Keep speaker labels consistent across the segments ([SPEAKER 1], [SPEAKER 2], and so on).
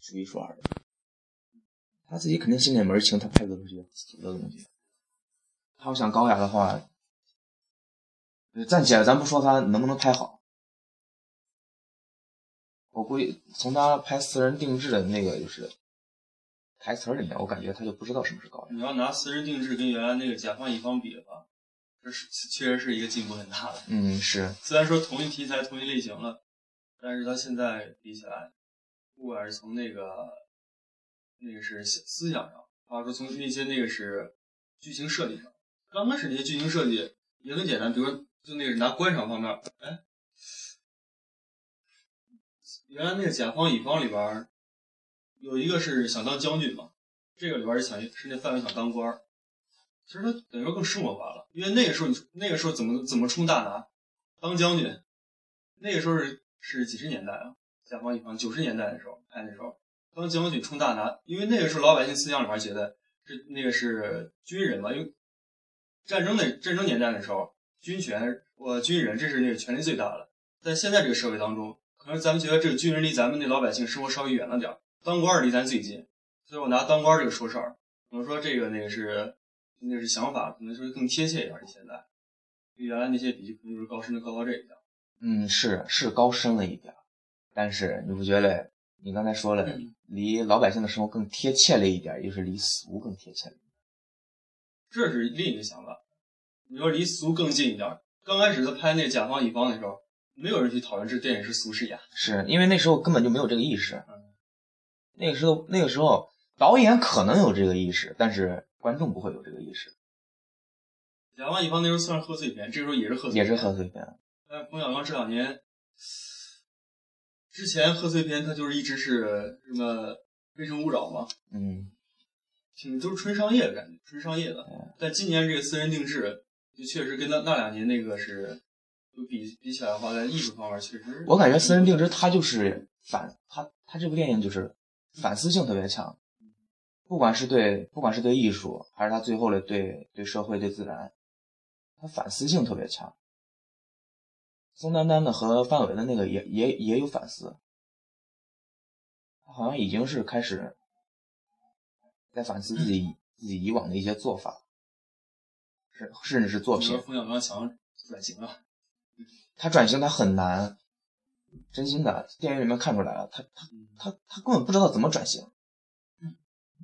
[SPEAKER 1] 数一数二的。他自己肯定心里门儿清，他拍的东西死的东西。他要想高雅的话，呃暂且咱不说他能不能拍好，我估计从他拍私人定制的那个就是台词儿里面，我感觉他就不知道什么是高雅。
[SPEAKER 2] 你要拿私人定制跟原来那个甲方乙方比的话，这是确实是一个进步很大的。
[SPEAKER 1] 嗯，是，
[SPEAKER 2] 虽然说同一题材、同一类型了，但是他现在比起来，不管是从那个那个是思思想上，或者说从那些那个是剧情设计上，刚开始那些剧情设计也很简单，比如说就那个是拿观赏方面，哎，原来那个甲方乙方里边儿有一个是想当将军嘛，这个里边儿是想是那范伟想当官儿。其实他等于说更生活化了，因为那个时候你那个时候怎么怎么冲大拿，当将军，那个时候是是几十年代啊，甲方乙方九十年代的时候哎拍那时候，当将军冲大拿，因为那个时候老百姓思想里面觉得是那个是军人嘛，因为战争的战争年代的时候，军权我军人这是那个权力最大的，在现在这个社会当中，可能咱们觉得这个军人离咱们那老百姓生活稍微远了点儿，当官儿离咱最近，所以我拿当官儿这个说事儿，可能说这个那个是那个是想法，可能说更贴切一点儿。现在比原来那些比可能就是高深的高到这一点儿。
[SPEAKER 1] 嗯，是是高深了一点儿，但是你不觉得？你刚才说了，
[SPEAKER 2] 嗯
[SPEAKER 1] 离老百姓的生活更贴切了一点儿，也就是离俗更贴切了一点儿。
[SPEAKER 2] 这是另一个想法。你说离俗更近一点儿，刚开始他拍那甲方乙方的时候，没有人去讨论这电影是俗是雅。
[SPEAKER 1] 是因为那时候根本就没有这个意识，那个时候那个时候导演可能有这个意识，但是观众不会有这个意识，
[SPEAKER 2] 甲方乙方那时候算是贺岁片，这时候也是贺岁
[SPEAKER 1] 也
[SPEAKER 2] 片，
[SPEAKER 1] 是贺。岁片。
[SPEAKER 2] 但冯小刚这两年之前贺岁片，他就是一直是什么《非诚勿扰》嘛，
[SPEAKER 1] 嗯，
[SPEAKER 2] 挺都是纯商业的感觉，纯商业的。但今年这个私人定制，就确实跟那那两年那个是，就比比起来的话，在艺术方面确实，
[SPEAKER 1] 我感觉《私人定制》它就是反它它这部电影就是反思性特别强，不管是对不管是对艺术，还是他最后的对对社会对自然，他反思性特别强。宋丹丹的和范伟的那个也也也有反思，他好像已经是开始在反思自己、自己以往的一些做法，是甚至是作
[SPEAKER 2] 你
[SPEAKER 1] 品
[SPEAKER 2] 说。冯小刚强转型啊，
[SPEAKER 1] 他转型他很难，真心的，电影里面看出来了，他他
[SPEAKER 2] 嗯
[SPEAKER 1] 他他根本不知道怎么转型。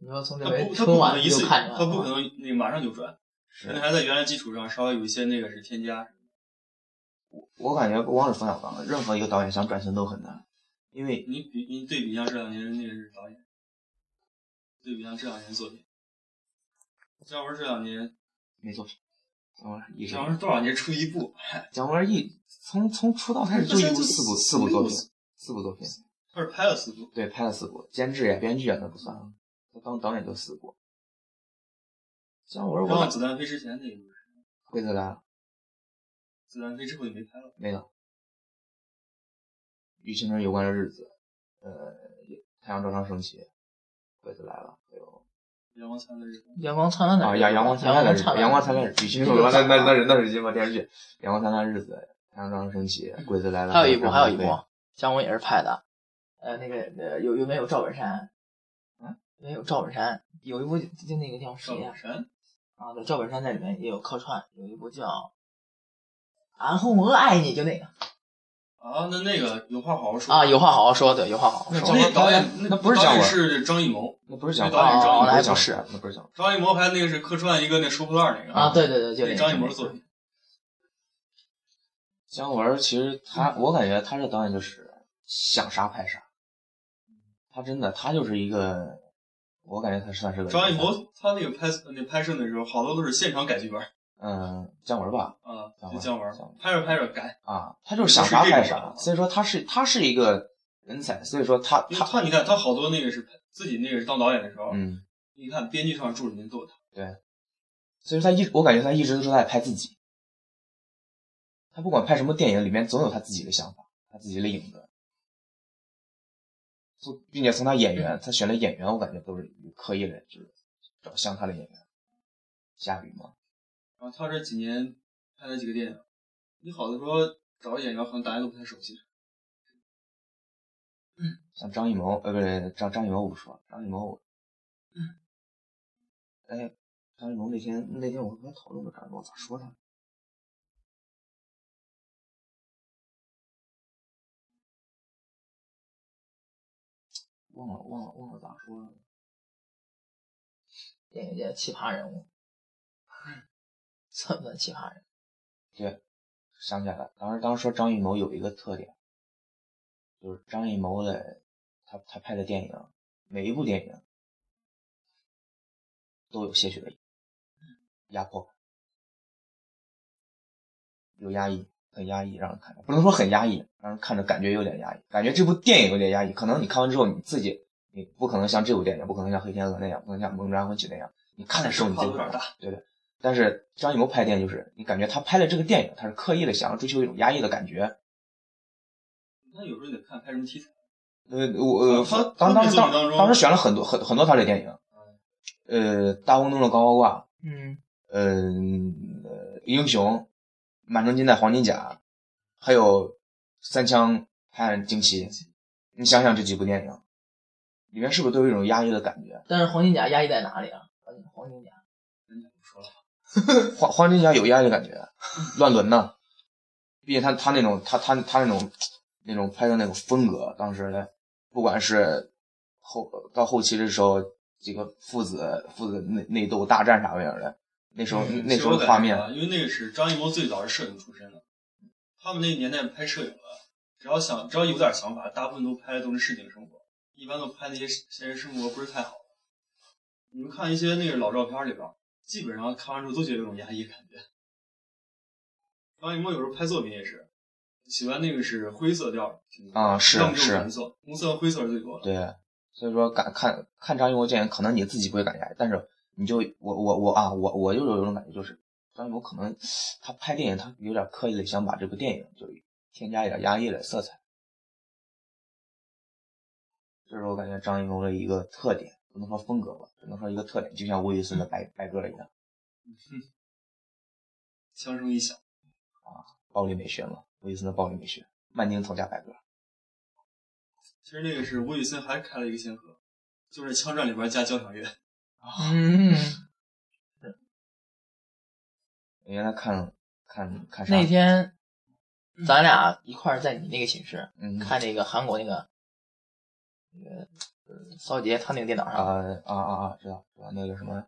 [SPEAKER 3] 你说从这
[SPEAKER 2] 他
[SPEAKER 3] 回
[SPEAKER 2] 不他
[SPEAKER 3] 春
[SPEAKER 2] 不可
[SPEAKER 3] 晚
[SPEAKER 2] 能一
[SPEAKER 3] 就
[SPEAKER 2] 次，
[SPEAKER 3] 看出来
[SPEAKER 2] 他不可
[SPEAKER 3] 了，啊
[SPEAKER 2] 能那个马上就转。可能
[SPEAKER 1] 是
[SPEAKER 2] 还在原来基础上稍微有一些那个是添加。
[SPEAKER 1] 我感觉不光是冯小刚，任何一个导演想转型都很难，因为
[SPEAKER 2] 你比你对比一下这两年那个是导演，对比一下这两年作品，姜文这两年，
[SPEAKER 1] 没作品。姜文一直
[SPEAKER 2] 姜文多少年出一部？
[SPEAKER 1] 姜文一从从出道开始就一部四部四部作品，四部作品，
[SPEAKER 2] 他是拍了四部，
[SPEAKER 1] 对，拍了四部，监制呀、编剧呀那不算，他当导演就四部。姜文
[SPEAKER 2] 然后
[SPEAKER 1] 我
[SPEAKER 2] 子弹飞之前那一部，
[SPEAKER 1] 惠特兰
[SPEAKER 2] 子弹飞之后就没拍了。
[SPEAKER 1] 没了，与青春有关的日子，呃，太阳照常升起，惠子来了，还有
[SPEAKER 2] 阳光灿烂的日子，
[SPEAKER 3] 阳光灿烂的
[SPEAKER 1] 啊
[SPEAKER 3] 日
[SPEAKER 1] 阳
[SPEAKER 3] 子
[SPEAKER 1] 阳光灿烂的日子，阳光灿烂，与青春有关那那那是那是什么电视剧？阳光灿烂的日子，太阳照常升起，惠子来了，
[SPEAKER 3] 还有一部，还有一部
[SPEAKER 1] 对，
[SPEAKER 3] 姜文也是拍的，呃，那个呃，有有没有赵本山？嗯
[SPEAKER 1] 啊，
[SPEAKER 3] 没有赵本山，有一部就那个叫
[SPEAKER 2] 赵
[SPEAKER 3] 谁呀
[SPEAKER 2] 本？山，
[SPEAKER 3] 啊，对，赵本山在里面也有客串，有一部叫《俺红我爱你》，就那个
[SPEAKER 2] 啊，那那个有话好好说
[SPEAKER 3] 啊，有话好好说，对，有话好好
[SPEAKER 1] 那
[SPEAKER 3] 说
[SPEAKER 1] 姜。
[SPEAKER 2] 那
[SPEAKER 1] 文
[SPEAKER 2] 导演
[SPEAKER 1] 那
[SPEAKER 2] 那
[SPEAKER 1] 不是
[SPEAKER 2] 导演
[SPEAKER 1] 姜文
[SPEAKER 2] 是张艺谋，
[SPEAKER 1] 那不是讲哦
[SPEAKER 2] 那导演张艺
[SPEAKER 1] 那
[SPEAKER 2] 谋
[SPEAKER 3] 那不
[SPEAKER 1] 不
[SPEAKER 3] 是
[SPEAKER 1] 是那不是讲
[SPEAKER 2] 张艺谋拍那个是客串一个那收破烂那个
[SPEAKER 3] 啊，，对对对，就
[SPEAKER 2] 那
[SPEAKER 3] 那
[SPEAKER 2] 张艺谋
[SPEAKER 3] 个
[SPEAKER 2] 的作品。
[SPEAKER 1] 姜文，其实他我感觉他这导演就是想啥拍啥，他真的他就是一个，我感觉他算是个
[SPEAKER 2] 张艺谋他那个拍那拍摄的时候，好多都是现场改剧本
[SPEAKER 1] 嗯姜文吧，
[SPEAKER 2] 啊，
[SPEAKER 1] 姜
[SPEAKER 2] 就
[SPEAKER 1] 文
[SPEAKER 2] 姜文
[SPEAKER 1] 姜文
[SPEAKER 2] 拍着拍着改。
[SPEAKER 1] 啊，他就是想啥
[SPEAKER 2] 就是这
[SPEAKER 1] 拍
[SPEAKER 2] 种
[SPEAKER 1] 啥
[SPEAKER 2] 人，
[SPEAKER 1] 所以说他是他是一个人才，所以说他
[SPEAKER 2] 因为
[SPEAKER 1] 他
[SPEAKER 2] 他，你看他好多那个是拍自己那个是当导演的时候，
[SPEAKER 1] 嗯，
[SPEAKER 2] 你看编剧上助理面都有他，
[SPEAKER 1] 所以说他一我感觉他一直都是在拍自己，他不管拍什么电影，里面总有他自己的想法，他自己的影子。从并且从他演员，他选的演员，我感觉都是刻意的，就是找像他的演员。夏雨嘛，
[SPEAKER 2] 然后他这几年拍了几个电影，你好的说找演员好像大家都不太熟悉，
[SPEAKER 1] 像张艺谋，呃，不是张张艺谋我不说，张艺谋，哎，张艺谋那天那天我们还讨论过张艺谋咋说的？忘了忘了忘了咋说了。
[SPEAKER 3] 电影界奇葩人物，
[SPEAKER 2] 嗯
[SPEAKER 3] 算不算奇葩人？
[SPEAKER 1] 想起来了，当时当时说张艺谋有一个特点，就是张艺谋的他他拍的电影，每一部电影都有些许的压迫感，有压抑，很压抑，让人看着不能说很压抑，让人看着感觉有点压抑，感觉这部电影有点压抑。可能你看完之后你自己，你不可能像这部电影，不可能像《黑天鹅》那样，不能像《猛男婚娶》那样，你看的时候你
[SPEAKER 2] 跨
[SPEAKER 1] 就
[SPEAKER 2] 度有点大。
[SPEAKER 1] 但是张艺谋拍电影就是，你感觉他拍的这个电影，他是刻意的想要追求一种压抑的感觉。
[SPEAKER 2] 那有时候你得看拍什么题材。
[SPEAKER 1] 呃，我呃
[SPEAKER 2] 他
[SPEAKER 1] 当当
[SPEAKER 2] 他们
[SPEAKER 1] 时
[SPEAKER 2] 作
[SPEAKER 1] 当
[SPEAKER 2] 品当中嗯
[SPEAKER 1] 当时选了很多很很多他的电影，呃，大风中的高高挂，
[SPEAKER 3] 嗯，
[SPEAKER 1] 嗯、呃，英雄，满城尽带黄金甲，还有三枪拍案惊奇。你想想这几部电影，里面是不是都有一种压抑的感觉？
[SPEAKER 3] 但是黄金甲压抑在哪里啊？黄金黄金甲，
[SPEAKER 2] 人家不说了，
[SPEAKER 1] 黄黄金甲有压力的感觉，乱伦呢。毕竟他他那种他他他那种那种拍的那种风格，当时的不管是后到后期的时候，几个父子父子内内斗大战啥玩意儿的，那时候、
[SPEAKER 2] 嗯
[SPEAKER 1] 那时候
[SPEAKER 2] 是
[SPEAKER 1] 的
[SPEAKER 2] 有
[SPEAKER 1] 画
[SPEAKER 2] 感
[SPEAKER 1] 面
[SPEAKER 2] 觉，的因为那个是张艺谋最早是摄影出身的，他们那个年代拍摄影的，只要想只要有点想法，大部分都拍的都是市井生活，一般都拍那些现实生活不是太好。你们看一些那个老照片里边，基本上看完之后都觉得有种压抑感觉。张艺谋有时候拍作品也是喜欢那个是灰色调儿挺多
[SPEAKER 1] 啊是
[SPEAKER 2] 要么就是蓝色，红色和灰色是最多的。
[SPEAKER 1] 对，所以说感看看张艺谋电影，可能你自己不会感觉，但是你就我我我啊我我就有一种感觉，就是张艺谋可能他拍电影，他有点刻意的想把这部电影就添加一点压抑的色彩，这是我感觉张艺谋的一个特点，不能说风格吧，只能说一个特点，就像吴宇森的白白鸽一样，
[SPEAKER 2] 枪声一响，
[SPEAKER 1] 暴力美学嘛，吴宇森的暴力美学，曼宁头加白鸽，
[SPEAKER 2] 其实那个是吴宇森还开了一个先河，就是枪战里边加交响乐。
[SPEAKER 3] 嗯，
[SPEAKER 1] 我原来看看看啥
[SPEAKER 3] 那天咱俩一块儿在你那个寝室，
[SPEAKER 1] 嗯
[SPEAKER 3] 看那个韩国那个，那个呃骚杰他那个电脑
[SPEAKER 1] 啊
[SPEAKER 3] 上
[SPEAKER 1] 啊啊啊知道知道那个什么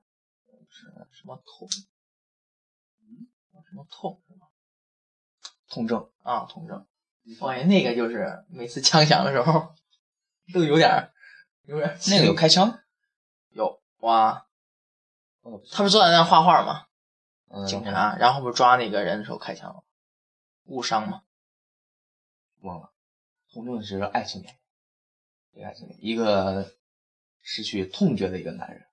[SPEAKER 3] 是什么痛，什么痛是吗？
[SPEAKER 1] 痛症。
[SPEAKER 3] 啊，痛症。
[SPEAKER 2] 你看
[SPEAKER 3] 我感觉那个就是每次枪响的时候，都有点儿，有点儿
[SPEAKER 1] 那个有开枪，
[SPEAKER 3] 有哇，
[SPEAKER 1] 我哦不知嗯
[SPEAKER 3] 他不是坐在那儿画画吗？
[SPEAKER 1] 道
[SPEAKER 3] 警察，然后不是抓那个人的时候开枪了，误伤嘛。
[SPEAKER 1] 忘了，红正是爱情电影，一个爱情电影，一个失去痛觉的一个男人，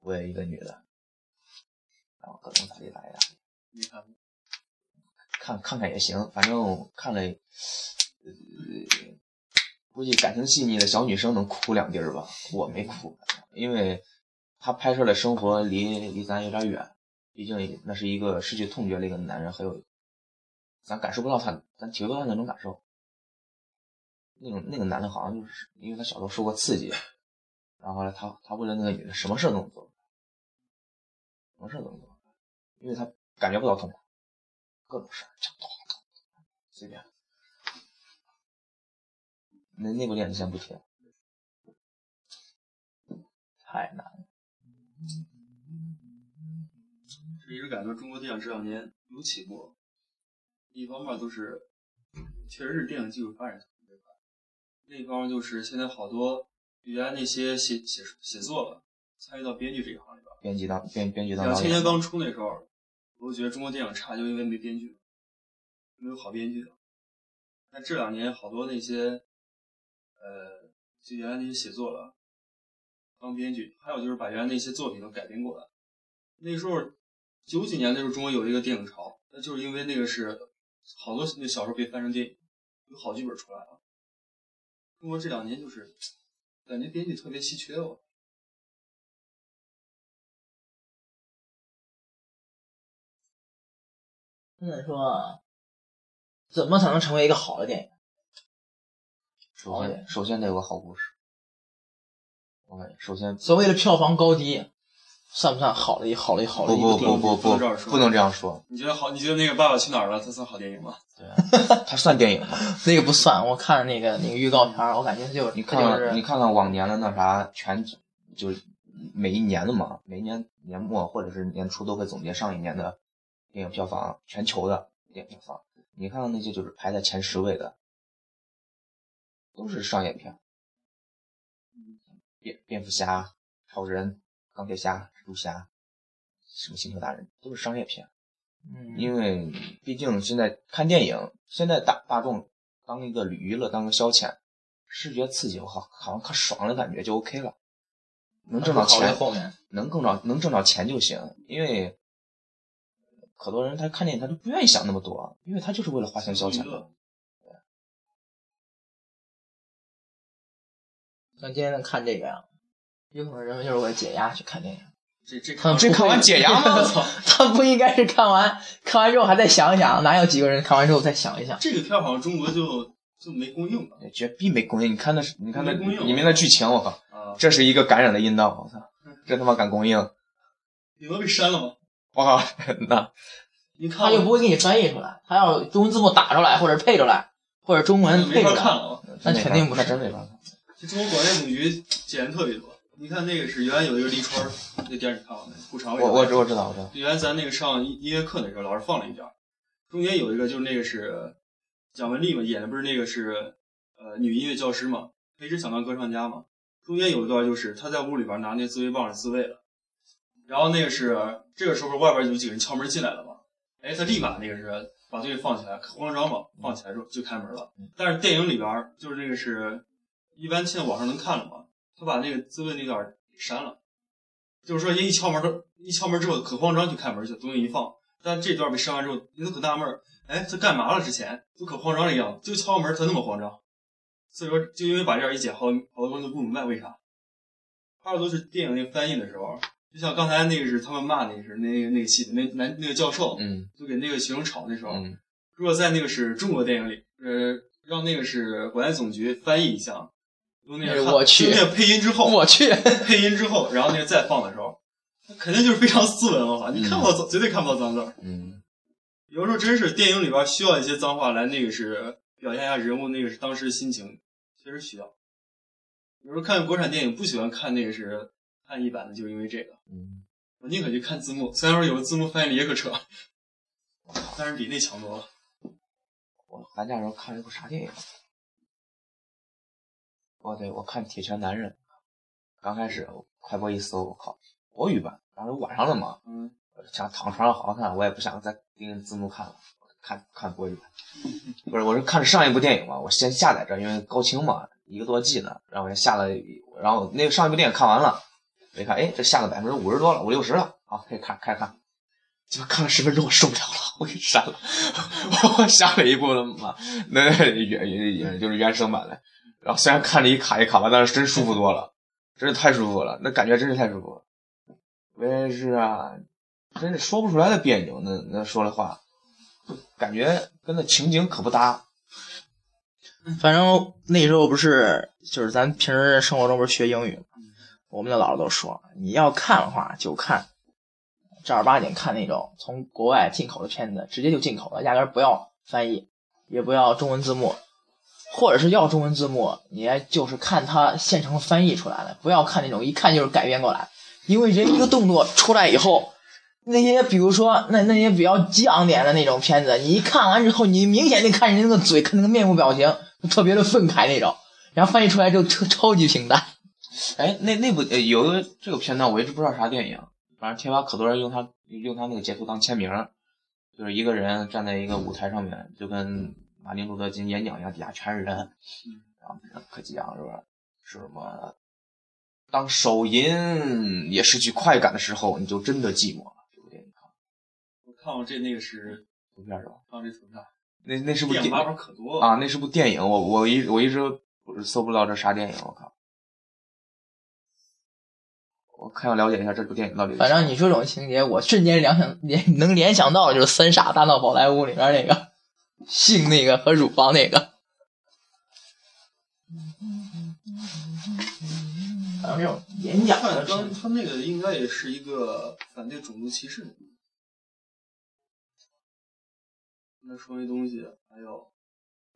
[SPEAKER 1] 为一个女的，然后各种打击打击打击，
[SPEAKER 2] 你看，
[SPEAKER 1] 看看看也行，反正我看了，呃，估计感情细腻的小女生能哭两滴儿吧，我没哭，因为他拍摄的生活离离咱有点远，毕竟那是一个失去痛觉的一个男人，还有咱感受不到他，咱体会不到那种感受。那种那个男的好像就是因为他小时候受过刺激，然后后来他他为了那个女的什么事儿都能做，什么事儿都能做，因为他感觉不到痛苦，各种事儿，这咚咚随便。那那部电影先不提，
[SPEAKER 3] 太难了，
[SPEAKER 2] 是一直感觉中国电影这两年有起步，一方面就是确实是电影技术发展特别快，另一方面就是现在好多原来那些写写写作了，参与到编剧这一行里边。
[SPEAKER 1] 编辑当编编剧当
[SPEAKER 2] 两
[SPEAKER 1] 导
[SPEAKER 2] 千
[SPEAKER 1] 演
[SPEAKER 2] 年，刚出那时候，我就觉得中国电影差，就因为没编剧，没有好编剧。但这两年好多那些，呃，就原来那些写作了，当编剧，还有就是把原来那些作品都改编过来。那时候九几年的时候，中国有一个电影潮，那就是因为那个是好多那小说被翻成电影，有好剧本出来了。中国这两年就是感觉编剧特别稀缺哦。
[SPEAKER 1] 啊
[SPEAKER 3] 真的说，怎么才能成为一个好的电影？
[SPEAKER 1] 首先、
[SPEAKER 3] 好
[SPEAKER 1] 首先得有个好故事。我感觉首先
[SPEAKER 3] 所谓的票房高低，算不算好的一好的一好的
[SPEAKER 1] 不
[SPEAKER 3] 一个
[SPEAKER 1] 不
[SPEAKER 3] 电
[SPEAKER 1] 不不
[SPEAKER 3] 影？
[SPEAKER 2] 不
[SPEAKER 1] 不
[SPEAKER 2] 能这样说
[SPEAKER 1] 不能这样说，
[SPEAKER 2] 你觉得好？你觉得那个《爸爸去哪儿》了，它算好电影吗？
[SPEAKER 1] 对，啊它算电影吗？
[SPEAKER 3] 那个不算，我看那个那个预告片儿，我感觉它就是
[SPEAKER 1] 你看
[SPEAKER 3] 它
[SPEAKER 1] 看、
[SPEAKER 3] 就是
[SPEAKER 1] 你看看往年的那啥全就是每一年的嘛，每一年年末或者是年初都会总结上一年的电影票房，全球的电影票房。你看看那些就是排在前十位的，都是商业片，蝙蝙蝠侠、超人、钢铁侠、蜘蛛侠，什么星球大人，都是商业片。
[SPEAKER 3] 嗯，
[SPEAKER 1] 因为毕竟现在看电影，现在大大众当一个娱乐，当个消遣，视觉刺激，我靠，好像看爽的感觉就 OK 了，能挣到
[SPEAKER 3] 考虑
[SPEAKER 1] 钱，
[SPEAKER 3] 后面。
[SPEAKER 1] 能挣到能挣到钱就行。因为可多人他看电影他都不愿意想那么多，因为他就是为了花钱消遣
[SPEAKER 2] 娱
[SPEAKER 1] 的
[SPEAKER 2] 乐。
[SPEAKER 3] 像今天看这个呀，有可能人们就是为了解压去看电影，
[SPEAKER 2] 这这
[SPEAKER 3] 他们
[SPEAKER 1] 这看完解压 吗
[SPEAKER 2] 我操！
[SPEAKER 3] 他不应该是看完看完之后还再想一想，哪有几个人看完之后再想一想？
[SPEAKER 2] 这个片儿好像中国就就没公映吧？
[SPEAKER 1] 绝逼没公映，你看那是，你看那
[SPEAKER 2] 没公映
[SPEAKER 1] 里面的剧情，我靠，
[SPEAKER 2] 啊，
[SPEAKER 1] 这是一个感染的阴道，我操， 这他妈敢公映，
[SPEAKER 2] 你们被删了吗？
[SPEAKER 1] 我靠， 那
[SPEAKER 2] 你看
[SPEAKER 3] 他
[SPEAKER 2] 了
[SPEAKER 3] 又
[SPEAKER 2] 吗
[SPEAKER 3] 不会给你翻译出来，他要中文字幕打出来，或者配出来，或者中文
[SPEAKER 2] 没
[SPEAKER 3] 配出
[SPEAKER 2] 法看
[SPEAKER 3] 来。
[SPEAKER 2] 了啊！
[SPEAKER 3] 那肯定不是
[SPEAKER 1] 那真没办法，
[SPEAKER 2] 这中国广电总局剪的特别多。你看那个是原来有一个立川儿那电视你看完没？顾长卫
[SPEAKER 1] 我我知我知道我知道，
[SPEAKER 2] 原来咱那个上音乐课那时候老师放了一点儿，中间有一个就是那个是蒋雯丽嘛，演的不是那个是呃女音乐教师嘛，她一直想当歌唱家嘛。中间有一段就是她在屋里边拿那自慰棒自慰了，然后那个是这个时候外边有几个人敲门进来了嘛，哎，她立马那个是把东西放起来，慌张嘛，放起来之后就开门了。但是电影里边儿就是那个是一般现在网上能看了嘛，她把那个自慰那段儿给删了。就是说一敲门儿，一敲门之后可慌张去开门去，东西一放。但这段被删完之后，你都可纳闷儿，哎，他干嘛了？之前都可慌张的样子，就敲门他那么慌张。所以说，就因为把这样一剪，好多好多观众不明白为啥。还有都是电影那个翻译的时候，就像刚才那个是他们骂那个是那那个戏那男那个教授，
[SPEAKER 1] 嗯
[SPEAKER 2] 就给那个学生吵那时候，
[SPEAKER 1] 嗯，
[SPEAKER 2] 如果在那个是中国电影里，呃，让那个是国安总局翻译一下，用那个
[SPEAKER 3] 哎我去
[SPEAKER 2] 用那个配音之后，
[SPEAKER 3] 我去，
[SPEAKER 2] 配音之后，然后那个再放的时候，那肯定就是非常斯文了。你看
[SPEAKER 3] 嗯
[SPEAKER 2] 不到脏，绝对看不到脏字儿。
[SPEAKER 1] 嗯，
[SPEAKER 2] 有的时候真是电影里边需要一些脏话来那个是表现一下人物那个是当时的心情，确实需要。有时候看国产电影不喜欢看那个是汉译版的，就是因为这个，
[SPEAKER 1] 嗯，
[SPEAKER 2] 我宁可去看字幕。虽然说有的字幕翻译的也可扯， 但是比那强多了。
[SPEAKER 1] 我寒假时候看了一部啥电影？啊哦，对，我看《铁拳男人》，刚开始我快播一搜，我靠，国语版，当时晚上了嘛，
[SPEAKER 2] 嗯，
[SPEAKER 1] 我想躺床上好好看，我也不想再盯着字幕看了，我看看国语版。不是，我是看上一部电影嘛，我先下载着，因为高清嘛，一个多 G 呢，然后我就下了一，然后那个上一部电影看完了，我一看，哎，这下了百分之五十多了，五六十了，好，可以看，开始看。结果看了十分钟，我受不了了， 我给删了。我下了一部他妈那原原原就是原声版的，然后虽然看着一卡一卡吧，但是真舒服多了，真是太舒服了，那感觉真是太舒服了。我也是啊，真是说不出来的别扭，那那说的话，感觉跟那情景可不搭。
[SPEAKER 3] 反正那时候不是，就是咱平时生活中不是学英语嘛，我们的老师都说，你要看的话就看正儿八经看那种从国外进口的片子，直接就进口了，压根儿不要翻译，也不要中文字幕，或者是要中文字幕，你就是看它现成翻译出来的，不要看那种一看就是改编过来，因为人一个动作出来以后。那些比如说那那些比较激昂点的那种片子，你一看完之后，你明显就看人家那个嘴，看那个面部表情，特别的愤慨那种，然后翻译出来就超超级平淡。
[SPEAKER 1] 哎，那那部呃有一个这个片段，我一直不知道啥电影，反正贴吧可多人用他用他那个截图当签名儿，就是一个人站在一个舞台上面，就跟马丁路德金演讲一样，底下全是人，
[SPEAKER 2] 嗯
[SPEAKER 1] 然后可激昂是吧？是什么？当手淫也失去快感的时候，你就真的寂寞了。这部电影看
[SPEAKER 2] 我看过这那个是
[SPEAKER 1] 图片是吧？
[SPEAKER 2] 看过这图片，
[SPEAKER 1] 那那是不是
[SPEAKER 2] 电影
[SPEAKER 1] 电
[SPEAKER 2] 八宝可多了。
[SPEAKER 1] 啊，那是部电影，我我一我一直不是搜不到这啥电影，我靠！我看要了解一下这部电影到底是啥。
[SPEAKER 3] 反正你说这种情节，我瞬间联想联能联想到的就是《三傻大闹宝莱坞》里面那个性那个和乳房那个，像这种演讲
[SPEAKER 2] 看
[SPEAKER 3] 的
[SPEAKER 2] 当
[SPEAKER 3] 片，
[SPEAKER 2] 他那个应该也是一个反对种族歧视的。那说那东西，还有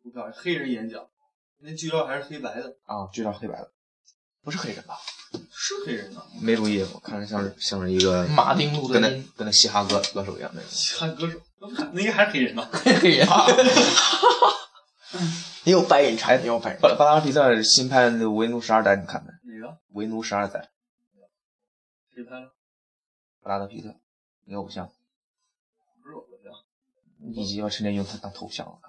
[SPEAKER 2] 股票黑人演讲，那剧照还是黑白的，
[SPEAKER 1] 啊，剧照黑白的，不是黑人吧？
[SPEAKER 2] 是黑人 的，
[SPEAKER 1] 没注意，我看着像是像是一个
[SPEAKER 3] 马丁路德
[SPEAKER 1] 跟那
[SPEAKER 3] 金
[SPEAKER 1] 跟那嘻哈歌歌手一样那种。
[SPEAKER 2] 还歌手，那应该还是黑人呢。
[SPEAKER 3] 黑人， 也有白人唱，也有白人
[SPEAKER 1] 巴巴拉皮特新拍的《为奴十二代》，你看没？《
[SPEAKER 2] 哪个？
[SPEAKER 1] 为奴十二代》，
[SPEAKER 2] 谁拍的？
[SPEAKER 1] 布拉德皮特，你偶像，
[SPEAKER 2] 不是我偶像，
[SPEAKER 1] 以及要陈建勇他当头像了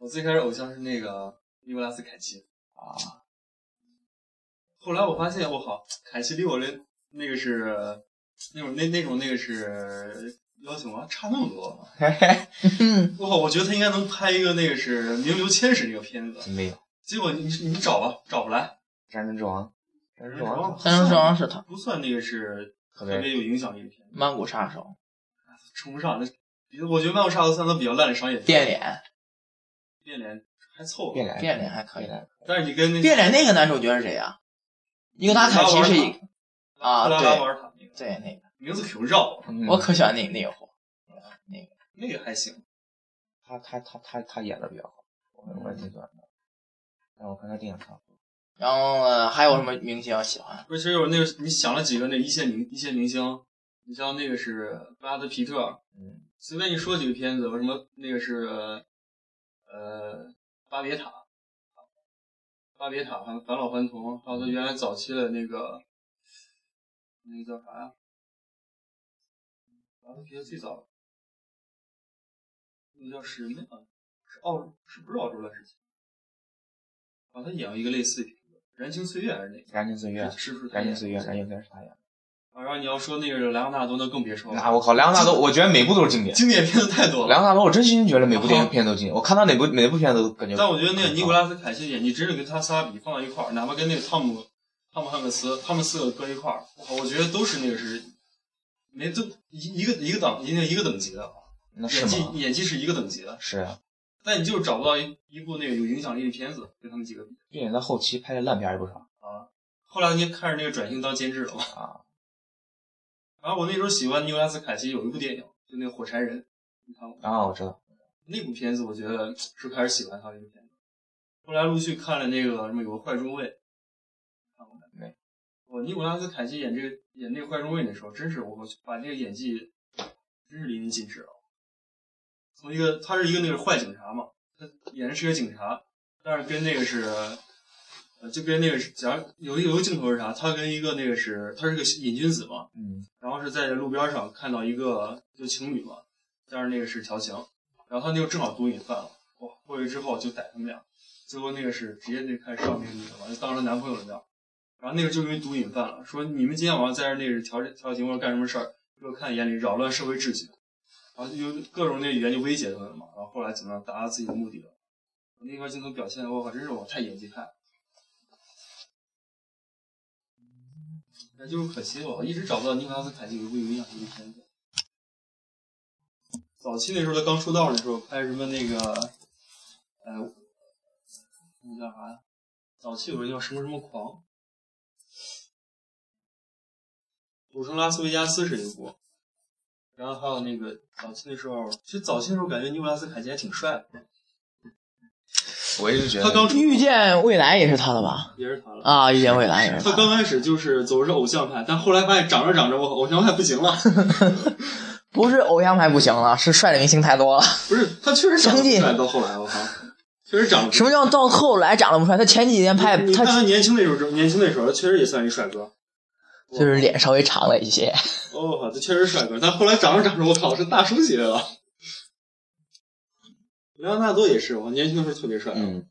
[SPEAKER 2] 我最开始偶像是那个尼古拉斯凯奇，
[SPEAKER 1] 啊！
[SPEAKER 2] 后来我发现我靠，凯奇离我这那个是那种那那种那个是要求啊差那么多。
[SPEAKER 1] 嘿嘿，
[SPEAKER 3] 唱。
[SPEAKER 2] 我靠，我觉得他应该能拍一个那个是《名流千史》那个片子，
[SPEAKER 1] 没有，
[SPEAKER 2] 结果你你找吧，找不来。
[SPEAKER 1] 战争之王，战争之王，
[SPEAKER 3] 三生之王是他，
[SPEAKER 2] 不算那个是
[SPEAKER 1] 可
[SPEAKER 2] 特
[SPEAKER 1] 别
[SPEAKER 2] 别有影响力的片子，
[SPEAKER 3] 曼谷杀手，
[SPEAKER 2] 称不上。那比我觉得《漫无杀手三》都比较烂的商业片，
[SPEAKER 3] 变脸，
[SPEAKER 2] 变脸还凑合
[SPEAKER 1] 变，脸，
[SPEAKER 3] 变脸还可以
[SPEAKER 1] 变。脸，
[SPEAKER 2] 但是你跟那
[SPEAKER 3] 变脸那个男主角是谁啊呀？尼古拉凯奇是一个啊
[SPEAKER 2] 克拉拉
[SPEAKER 3] 对
[SPEAKER 2] 瓦尔塔那个
[SPEAKER 3] 对那
[SPEAKER 2] 名字挺绕，
[SPEAKER 1] 嗯
[SPEAKER 3] 个，我可喜欢那那个货，那个
[SPEAKER 2] 那个还行。
[SPEAKER 1] 他他他他他演的比较好，我我也挺喜欢的。但我看他电影看过，
[SPEAKER 3] 然后呃还有什么明星喜欢？
[SPEAKER 2] 不是，其实有那个你想了几个那一线明一线明星，你像那个是布拉德皮特，
[SPEAKER 1] 嗯，
[SPEAKER 2] 随便你说几个片子，有什么那个是呃巴别塔，巴别塔，还有返老还童，还有他原来早期的那个那个叫啥呀、布拉德皮特最早那个叫什么呀？是澳是不是澳洲的事情？啊，他演过一个类似的片子，《燃情岁月》还是哪个？
[SPEAKER 1] 燃情岁月，
[SPEAKER 2] 是不是他
[SPEAKER 1] 燃
[SPEAKER 2] 演的？
[SPEAKER 1] 情岁月，燃情岁月是他演的。
[SPEAKER 2] 啊，然后你要说那个莱昂纳多，那更别说了，啊
[SPEAKER 1] 那我靠，莱昂纳多，我觉得每部都是经典。
[SPEAKER 2] 经典片子太多
[SPEAKER 1] 莱
[SPEAKER 2] 了。
[SPEAKER 1] 昂纳多，我真心觉得每部电影片都经典。我看他哪部哪部片子都感觉。
[SPEAKER 2] 但我觉得那个尼古拉斯凯奇演技，真是跟他仨比放到一块儿，哪怕跟那个汤姆、汤姆汉克斯他们四个搁一块儿，我靠我觉得都是那个是没都一一个一个档一个一个等级的，啊
[SPEAKER 1] 那是
[SPEAKER 2] 演技
[SPEAKER 1] 吗？
[SPEAKER 2] 演技是一个等级的，
[SPEAKER 1] 是啊，
[SPEAKER 2] 但你就是找不到一一部那个有影响力的片子跟他们几个比
[SPEAKER 1] 并且他后期拍的烂片儿也不少
[SPEAKER 2] 啊。后来你看着那个转型当监制了嘛，
[SPEAKER 1] 啊。
[SPEAKER 2] 然后我那时候喜欢尼古拉斯凯奇有一部电影，就那个《火柴人》，你看过吗？
[SPEAKER 1] 啊，我知道，
[SPEAKER 2] 那部片子我觉得是开始喜欢他的一个片子，后来陆续看了那个什么有个坏中尉，看过
[SPEAKER 1] 没？
[SPEAKER 2] 我尼古拉斯凯奇演这个演那个坏中尉那时候，真是我去把这个演技真是淋漓尽致了。从一个他是一个那个坏警察嘛，他演的是一个警察，但是跟那个是，呃，就跟那个是，假如有一有一个镜头是啥，他跟一个那个是，他是个瘾君子嘛，
[SPEAKER 1] 嗯，
[SPEAKER 2] 然后是在路边上看到一个就情侣嘛，但是那个是调情，然后他那个正好毒瘾犯了，哇，过去之后就逮他们俩，最后那个是直接就开始上那个女的嘛，就当成男朋友了那样，然后那个就因为毒瘾犯了，说你们今天晚上在这那个调调情或者干什么事儿，给我看眼里扰乱社会秩序，然后就有各种那语言就威胁他们嘛，然后后来怎么样达到自己的目的了，那块镜头表现我靠，真是我太演技派了。那就是可惜了，我一直找不到尼古拉斯凯奇有一部有影响力的片子。早期那时候他刚出道的时候，拍什么那个，呃，那叫啥呀？早期有个叫什么什么狂，《赌城拉斯维加斯》是一部，然后还有那个早期那时候，其实早期那时候感觉尼古拉斯凯奇还挺帅的，
[SPEAKER 1] 我一直觉得
[SPEAKER 2] 他刚出
[SPEAKER 3] 遇见未来也是他的吧？
[SPEAKER 2] 也是他了。
[SPEAKER 3] 啊，遇见未来也是
[SPEAKER 2] 他
[SPEAKER 3] 他。
[SPEAKER 2] 刚开始就是走的是偶像派，但后来发现长着长着，我偶像派不行了。
[SPEAKER 3] 不是偶像派不行了，是帅的明星太多了。
[SPEAKER 2] 不是，他确实长得
[SPEAKER 3] 张
[SPEAKER 2] 不
[SPEAKER 3] 晋
[SPEAKER 2] 帅，到后来我靠，确实长得不
[SPEAKER 3] 什么叫到后来长得不帅？他前几年拍
[SPEAKER 2] 你看
[SPEAKER 3] 他
[SPEAKER 2] 他年轻那时候，年轻那时候，他确实也算一帅哥。
[SPEAKER 3] 就是脸稍微长了一些。
[SPEAKER 2] 哦，他确实是帅哥，但后来长着长着，我靠，是大叔级的了。莱昂纳多也是，我年轻的时候特别帅，
[SPEAKER 1] 嗯，